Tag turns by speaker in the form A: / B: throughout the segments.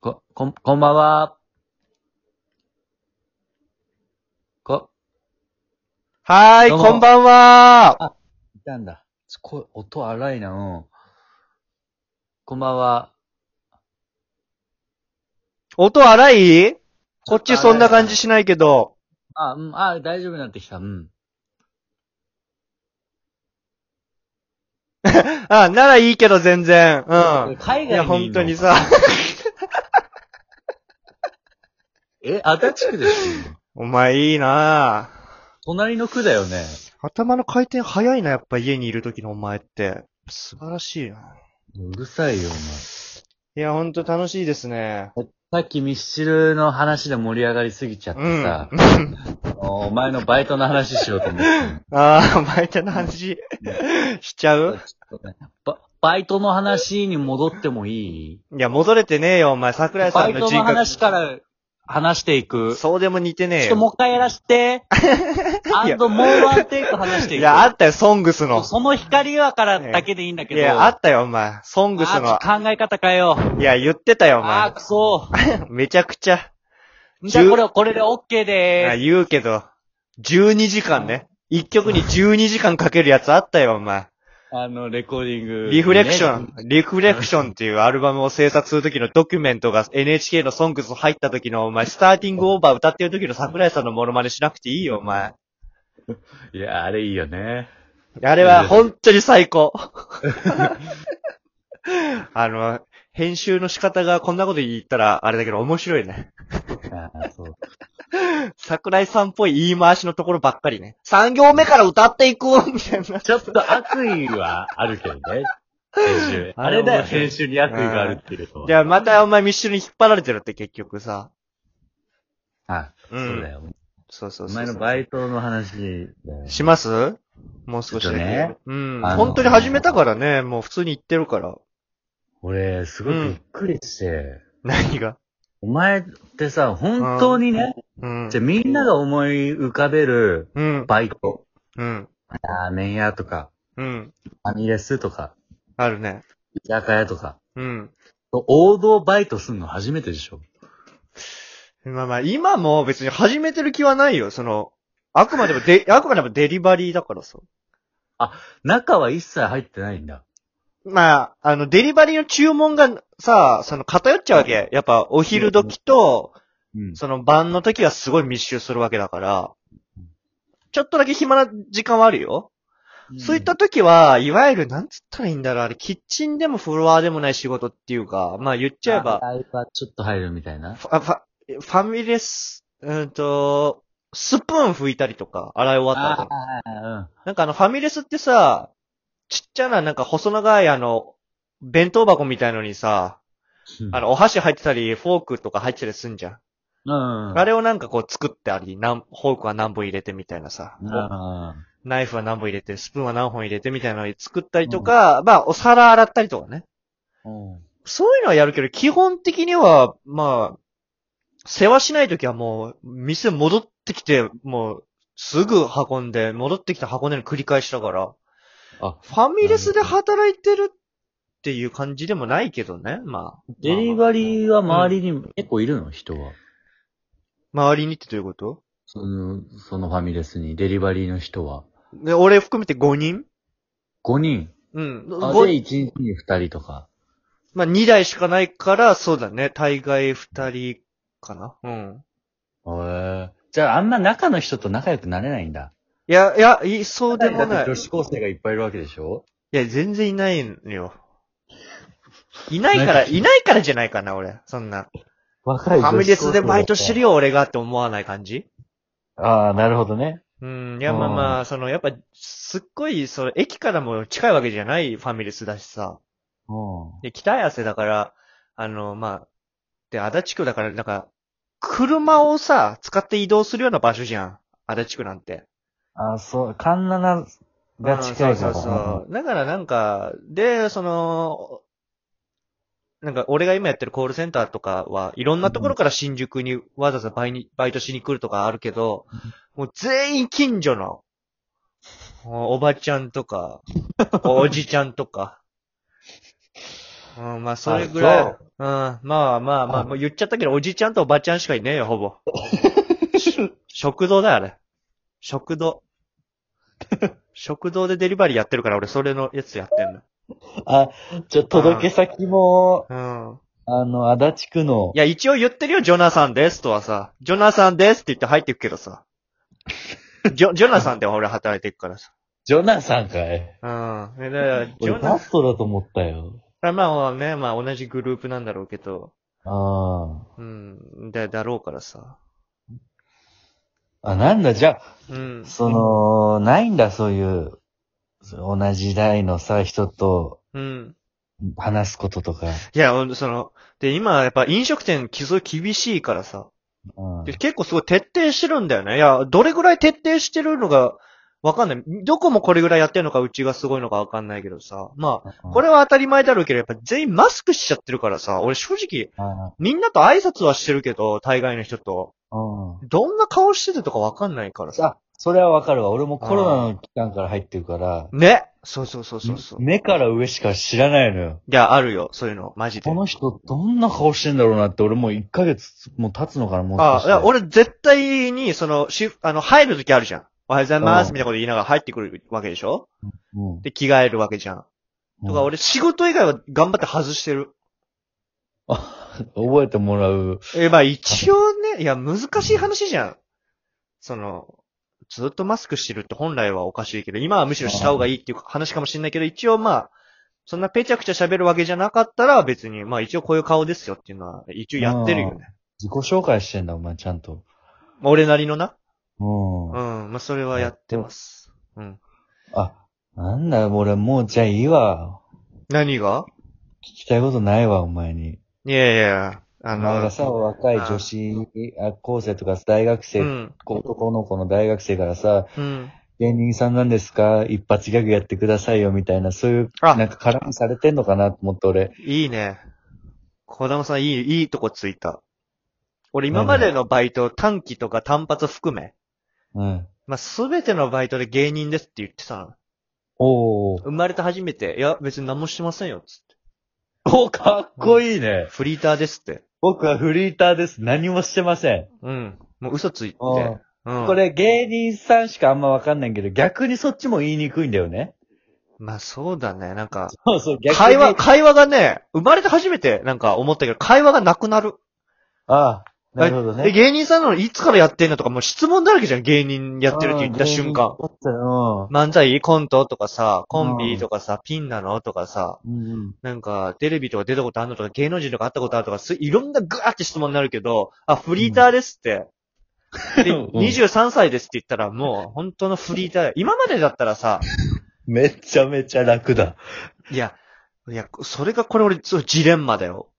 A: こ、こん、こんばんは。こ、
B: はーい、
A: どうも
B: こんばんはー
A: いたんだ。すごい、音荒いな、うん。こんばんは。
B: 音荒いこっちそんな感じしないけど。
A: あ、うん、あ、大丈夫になってきた、うん。
B: あ、ならいいけど全然。うん。
A: 海外にいん
B: い
A: の
B: や、本当に。さ。
A: え、足立区ですよ。
B: お前いいなぁ。
A: 隣の区だよね。
B: 頭の回転早いな、やっぱ家にいる時のお前って。素晴らしいな。
A: うるさいよ、お前。
B: いや、ほんと楽しいですね。
A: さっきミスチルの話で盛り上がりすぎちゃっ
B: う
A: て
B: ん。
A: さ
B: あ、
A: お前のバイトの話しようと思っ て。
B: あ、お前ちゃんの話しちゃ
A: ちょ
B: う
A: っとねババイトの話に戻ってもいい
B: いや、戻れてねえよ、お前。桜井さ
A: バイ
B: んの
A: ト
B: 人
A: の
B: 格。
A: 話から話していく。ちょ
B: そうでも似てねえ
A: っともう
B: よ。
A: 一回やら して。アンドもうワンテイク話してい
B: い
A: く。
B: や、あったよ、ソングスの。
A: その光はからだけでいいんだけ
B: い
A: ど。
B: や、あ
A: あ
B: ったよ、お前。ソングスの。
A: 考え方かよ。
B: いや、言ってたよ、
A: あ
B: お
A: ー、
B: 前。
A: くそ。
B: めちゃくちゃ。
A: じゃあこれ、これで OK
B: あ
A: で
B: 言うけど、12時間ね。一曲に12時間かけるやつあったよ、お前。
A: ーす。あの、レコーディング。
B: リフレクショ
A: ね。
B: ン、リフレクションっていうアルバムを制作する時のドキュメントが NHK のソングス入った時の、お前、スターティングオーバー歌ってる時の桜井さんのモノマネしなくていいよ、お前。
A: いや、あれいいよね。
B: あれは本当に 最高。あの、編集の仕方がこんなこと言ったら、あれだけど面白いね。
A: あー そう。
B: 桜井さんっぽい言い回しのところばっかりね。3行目から歌っていく みたいな。
A: ちょっと悪意はあるけどね。編集。あ
B: あ
A: れ
B: れ
A: だ
B: だ
A: よ、
B: よ
A: 編集に悪意があるっていうのは。
B: じゃあまたお前ミッシュに引っ張られてるって結局さ。
A: あ、
B: う
A: そうだ
B: よ。
A: よ。
B: そうそう
A: お
B: そう。
A: 前のバイトの話だよ。
B: しますもう少し
A: ちょ
B: だけ
A: っとね
B: うん。
A: あの
B: 本当に始めたからね、もう普通に言ってるから。
A: 俺、すごいびっくりして、
B: 何が
A: お前ってさ、本当にね、
B: うん。
A: じゃあみんなが思い浮かべる
B: うん。
A: バイト、
B: うん。
A: ラーメン屋とか、
B: うん。
A: ファミレスとか、
B: あるね。
A: 居酒屋とか、
B: うん。
A: 王道バイトすんの初めてでしょ
B: まあまあ、今も別に始めてる気はないよ。その、あくまでもで、あくまでもデリバリーだからさ。
A: 中は一切入ってないんだ。
B: まあ、あの、デリバリーの注文がさ、その偏っちゃうわけ。やっぱ、お昼時と、
A: うん。
B: その晩の時はすごい密集するわけだから、ちょっとだけ暇な時間はあるよ。そういった時は、いわゆる、なんつったらいいんだろう、あれ、キッチンでもフロアでもない仕事っていうか、まあ言っちゃえば、
A: あ。はちょっと入るみたいな。
B: ファファファミレス、うんと、スプーン拭いたりとか、洗い終わった後。
A: あ
B: なんかあの、ファミレスってさ、ちっちゃな、なんか細長いあの、弁当箱みたいのにさ、
A: ー、うん。
B: あの、お箸入ってたり、フォークとか入ってたりすんじゃん。
A: うん、
B: あれをなんかこう作ってあり、なんフォークは何本入れてみたいなさ。
A: あ
B: ナイフは何本入れて、スプーンは何本入れてみたいなのを作ったりとか、まあ、お皿洗ったりとかね。
A: あ。うん
B: そういうのはやるけど、基本的には、まあ、世話しないときはもう、店戻ってきて、もう、すぐ運んで、戻ってきて運んでの繰り返しだから、
A: あ、
B: ファミレスで働いてるっていう感じでもないけどね、まあ。
A: デリバリーは周りに結構いるの人は。
B: 周りにってどういうこと
A: その、そのファミレスに、デリバリーの人は。
B: で俺含めて5人
A: 5人。
B: うん。
A: あ
B: ご
A: で、1日に2人とか。
B: まあ、2台しかないから、そうだね。大概2人かな。うん。
A: へえ。じゃあ、あんま中の人と仲良くなれないんだ。
B: いや、いや、いそうでも
A: だ
B: な
A: って女
B: い。い
A: 子高生がいっぱいいるわけでしょ
B: や、全然いないの よ。いないから、いないからじゃないかな、俺。そんな。
A: 若
B: ファミレスでバイトしてる
A: よ。
B: よ、俺がって思わない感じ
A: ああ、なるほどね。
B: うん。いや、まあまあ、その、やっぱ、すっごい、その、駅からも近いわけじゃないファミレスだしさ。
A: うん。
B: で、北綾瀬だから、あの、まあ、で、足立区だから、なんか、車をさ、使って移動するような場所じゃん。足立区なんて。
A: あそう、カンナナが近いか
B: そ
A: ら。
B: うそうそう。だからなんか、で、その、なんか、俺が今やってるコールセンターとかは、いろんなところから新宿にわざわざバイにバイトしに来るとかあるけど、もう全員近所の、 おおばちゃんとか、おじちゃんとか、うん、まあ、それぐらい。
A: あ
B: うん、まあまあまあ、もう言っちゃったけど、おじちゃんとおばちゃんしかいねえよ、ほ ぼ。食堂だよ、あれ。食堂。食堂でデリバリーやってるから、俺、それのやつやってんの。
A: あ、じゃ、届け先も、
B: うん。
A: あの、足立区の
B: い、や、一応言ってるよ、ジョナサンですとはさ。ジョナサンですって言って入ってくけどさ。ジ ョ、ジョナサンで俺働いてくからさ。
A: ジョナサンかい。
B: うん。えだからジ
A: 俺、
B: ョ
A: ガ
B: ナサ
A: ストだと思ったよ。
B: ン、まあね、まあ同じグループなんだろうけど。
A: あ
B: うん。だ、だろうからさ。
A: あ。あ、なんだ、じゃ
B: うん
A: あ、。その、ないんだ、そういう、そ同じ代のさ、人と
B: うん。
A: 話すこととか。
B: いや、ほんとその、で、今、やっぱ飲食店、きそう厳しいからさ。
A: うん
B: で結構すごい徹底してるんだよね。いや、どれぐらい徹底してるのが、わかんない。どこもこれぐらいやってるのか、うちがすごいのかわかんないけどさ。まあ、これは当たり前だろうけど、やっぱ全員マスクしちゃってるからさ、俺正直、
A: あ
B: みんなと挨拶はしてるけど、大概の人と。
A: うん。
B: どんな顔しててとかわかんないからさ。
A: あ、それはわかるわ。俺もコロナの期間から入ってるから、
B: ねそうそうそうそうそう。
A: 目から上しか知らないのよ。
B: いや、あるよ、そういうの、マジで
A: こ。の人、どんな顔してんだろうなって、俺もう1ヶ月もう経つのかな、もう
B: あ、いや、
A: 俺、
B: 俺絶対に、その、シフあの、入るときあるじゃん。おはようございま
A: う
B: す、
A: ん
B: みたいなこと言いながら入ってくるわけでしょ
A: うん
B: で、着替えるわけじゃん。とか、、俺仕事以外は頑張って外してる。
A: うん 覚えてもらう。
B: え、まあ一応ね、いや、難しい話じゃん。その、ずっとマスクしてるって本来はおかしいけど、今はむしろした方がいいっていう話かもしれないけど、一応まあ、そんなペチャクチャ喋るわけじゃなかったら別に、まあ一応こういう顔ですよっていうのは、一応やってるよね。
A: 自己紹介してんだ、お前、ちゃんと。
B: まあ俺なりのな。
A: うん
B: うん、。まあそれはやってます。うん。
A: あ、なんだよ、俺、もう、じゃあいいわ。
B: 何が
A: 聞きたいことないわ、お前に。
B: いやいや、あ
A: お
B: の、
A: 前がさ、若い女子高生とか大学
B: う
A: 生、
B: ん、
A: 男の子の大学生からさ、
B: うん。
A: 芸人さんなんですか一発ギャグやってくださいよ、みたいな、そういう、
B: あ
A: なんか絡みされてんのかなと思って、俺。
B: いいね。小玉さん、いい、いいとこついた。俺今までのバイト、短期とか単発含め、
A: うん。
B: まあ、すべてのバイトで芸人ですって言ってたの。
A: おー。
B: 生まれて初めて、いや、別に何もしてませんよ、つって。
A: お、かっこいいね。
B: フリーターですって。
A: 僕はフリーターです。何もしてません。
B: うん。もう嘘ついて。
A: ああ
B: うん。
A: こ。れ芸人さんしかあんまわかんないけど、逆にそっちも言いにくいんだよね。
B: まあ、そうだね。なんか、
A: そうそう、逆に。
B: 会話、会話がね、生まれて初めて、なんか思ったけど、会話がなくなる。
A: ああ、なるほど
B: で、
A: ね。
B: 芸人さんなのいつからやってんのとか、もう質問だらけじゃん、芸人やってるって言った瞬間。
A: うん。芸人だっ
B: 漫才コントとかさ、コンビとかさ、ピンなのとかさ、
A: たうん。うん
B: なんか、テレビとか出たことあるのとか、芸能人とか会ったことあるとか、すいろんなグワーって質問になるけど、あ、フリーターですって。で、
A: うん
B: 23歳ですって言ったら、もう、本当のフリーターだよ。今までだったらさ、
A: めちゃめちゃ楽だ。
B: いや、いや、それがこれ俺、そう、ジレンマだよ。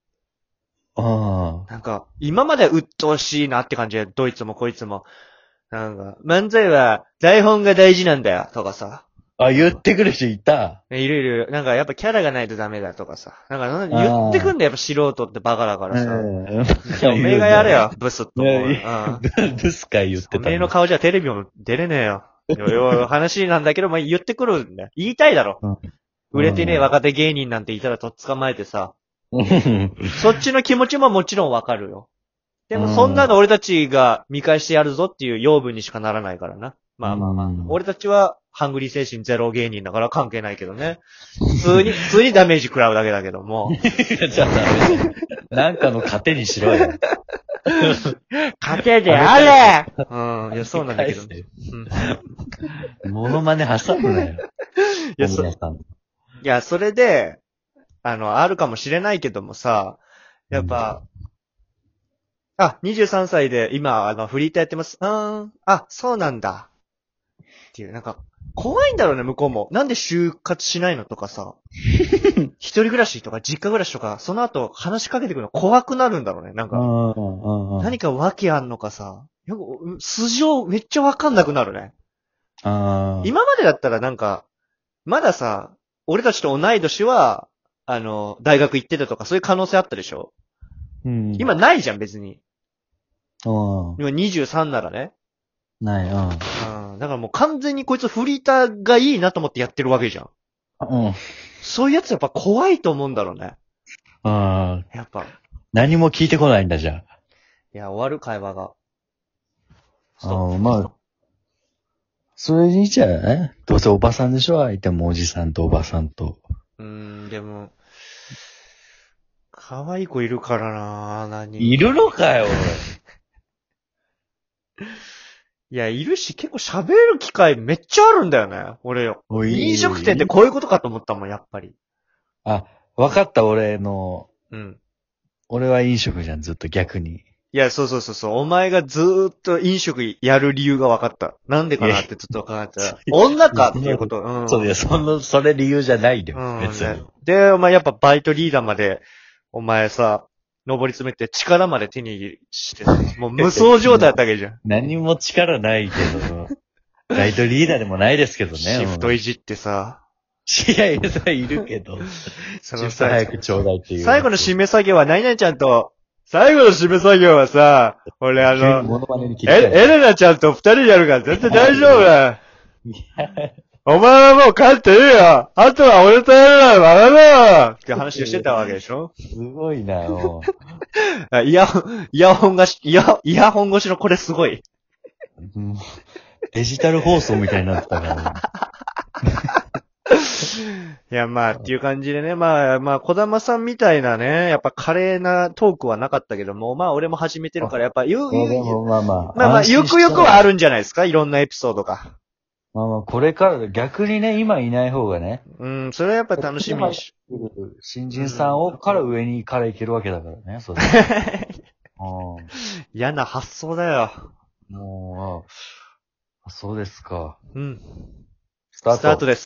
A: あ
B: なんか、今まで鬱陶しいなって感じで、どいつもこいつも。なんか、漫才は台本が大事なんだよ、とかさ。
A: あ。あ、言ってくる人いた。
B: ねいろいろ、なんかやっぱキャラがないとダメだとかさ。なんかそんな言ってくんだよ、やっぱ素人ってバカだからさ。いやおめえがやれ。よ、ブスッと。
A: いやい
B: うん
A: ですか言って
B: お
A: た
B: めえ
A: の
B: の。顔じゃテレビも出れねえよ。よよ話なんだけど、まあ、言ってくるんだよ。言いたいだろ。
A: うん
B: 売れてねえ
A: うん
B: 若手芸人なんていたらとっ捕まえてさ。
A: うん
B: そっちの気持ちももちろんわかるよ。でも
A: うん
B: そんなの俺たちが見返してやるぞっていう養分にしかならないからな。まあまあまあ。
A: うん
B: 俺たちは、ハングリー精神ゼロ芸人だから関係ないけどね。普通に、 普通にダメージ食らうだけだけども。
A: じゃあ ダメなんかの糧にしろよ。
B: 賭けであれうん。いや、そうなんだけど。うん
A: モノマネ挟むなよ。
B: いや、そ、い
A: 皆さん
B: や、それで、あの、あるかもしれないけどもさ、やっぱ、あ、23歳で今、あの、フリーターやってます。うーん。あ、そうなんだ。っていう、なんか、怖いんだろうね、向こうも。なんで就活しないのとか さ。一人暮らしとか、実家暮らしとか、その後話しかけてくるの怖くなるんだろうね。なん
A: う
B: か、
A: んうんうん。
B: 何か訳あんのかさ。よく、うん筋をめっちゃわかんなくなるね。
A: あー
B: 今までだったらなんか、まださ、俺たちと同い年は、あの、大学行ってたとかそういう可能性あったでしょ
A: うん、
B: 今ないじゃん、別に。
A: うん。
B: 今23ならね。
A: ない、うん。
B: うん。だからもう完全にこいつフリーターがいいなと思ってやってるわけじゃん。
A: うん。
B: そういうやつやっぱ怖いと思うんだろうね。
A: ああ、
B: やっぱ、い
A: 何も聞いてこないんだ、じゃ
B: や、終わる会話が。
A: あ。ああ、まあ。それいいじゃないどうせおばさんでしょ相手もおじさんとおばさんと。
B: うーん、でも、可愛い子いるからな何
A: いるのかよ、
B: いや、いるし、結構喋る機会めっちゃあるんだよね、俺よ。
A: おい
B: 飲食店ってこういうことかと思ったもん、やっぱり。
A: あ、わかった、俺の、
B: うん。
A: 俺は飲食じゃん、ずっと逆に。
B: いや、そうそうそうそう。お前がずーっと飲食やる理由が分かった。なんでかなってちょっと考えてた。女かっていうこと。うん。
A: そうです、その、それ理由じゃないで、
B: うん、
A: 別に。
B: で、お前やっぱバイトリーダーまで、お前さ、登り詰めて力まで手にして、もう無双状態だったわけじゃん。
A: 何も力ないけ ど、ライトリーダーでもないですけどね。
B: シフト
A: い
B: いじってさ、
A: やいや、それいるけ ど。
B: そ
A: シ
B: の
A: フト
B: さ、
A: 早くちょうだいっていう。
B: 最後の締め作業は何々ちゃんと、最後の締め作業はさ、俺あ
A: 急に
B: の、
A: モノマネに切
B: え、
A: り替える
B: エレナちゃんと二人でやるから絶対大丈夫だ。お前はもう帰っていいよあとは俺とエレナのままだよって話をしてたわけでしょ
A: すごいな、も
B: あイヤホン、イヤホンがし、イヤ、イヤホン越しのこれすごい。
A: ううんデジタル放送みたいになってたから。
B: いや、まあ、っていう感じでね、まあ、まあ、小玉さんみたいなね、やっぱ華麗なトークはなかったけども、まあ、俺も始めてるから、やっぱ、ゆ、
A: いや、で
B: ゆ、
A: もまあまあ。
B: まあまあ、
A: 安心
B: ゆ
A: した
B: くゆくはあるんじゃないですかいろんなエピソードが。
A: まあまあ、これからだ、逆にね、今いない方がね、
B: うん、それはやっぱ楽しみにし。
A: 新人さんを、から上に、からいけるわけだからね、それ。 うん
B: 嫌な発想だよ。
A: もう、あそうですか。
B: うん。
A: ス
B: スタートです。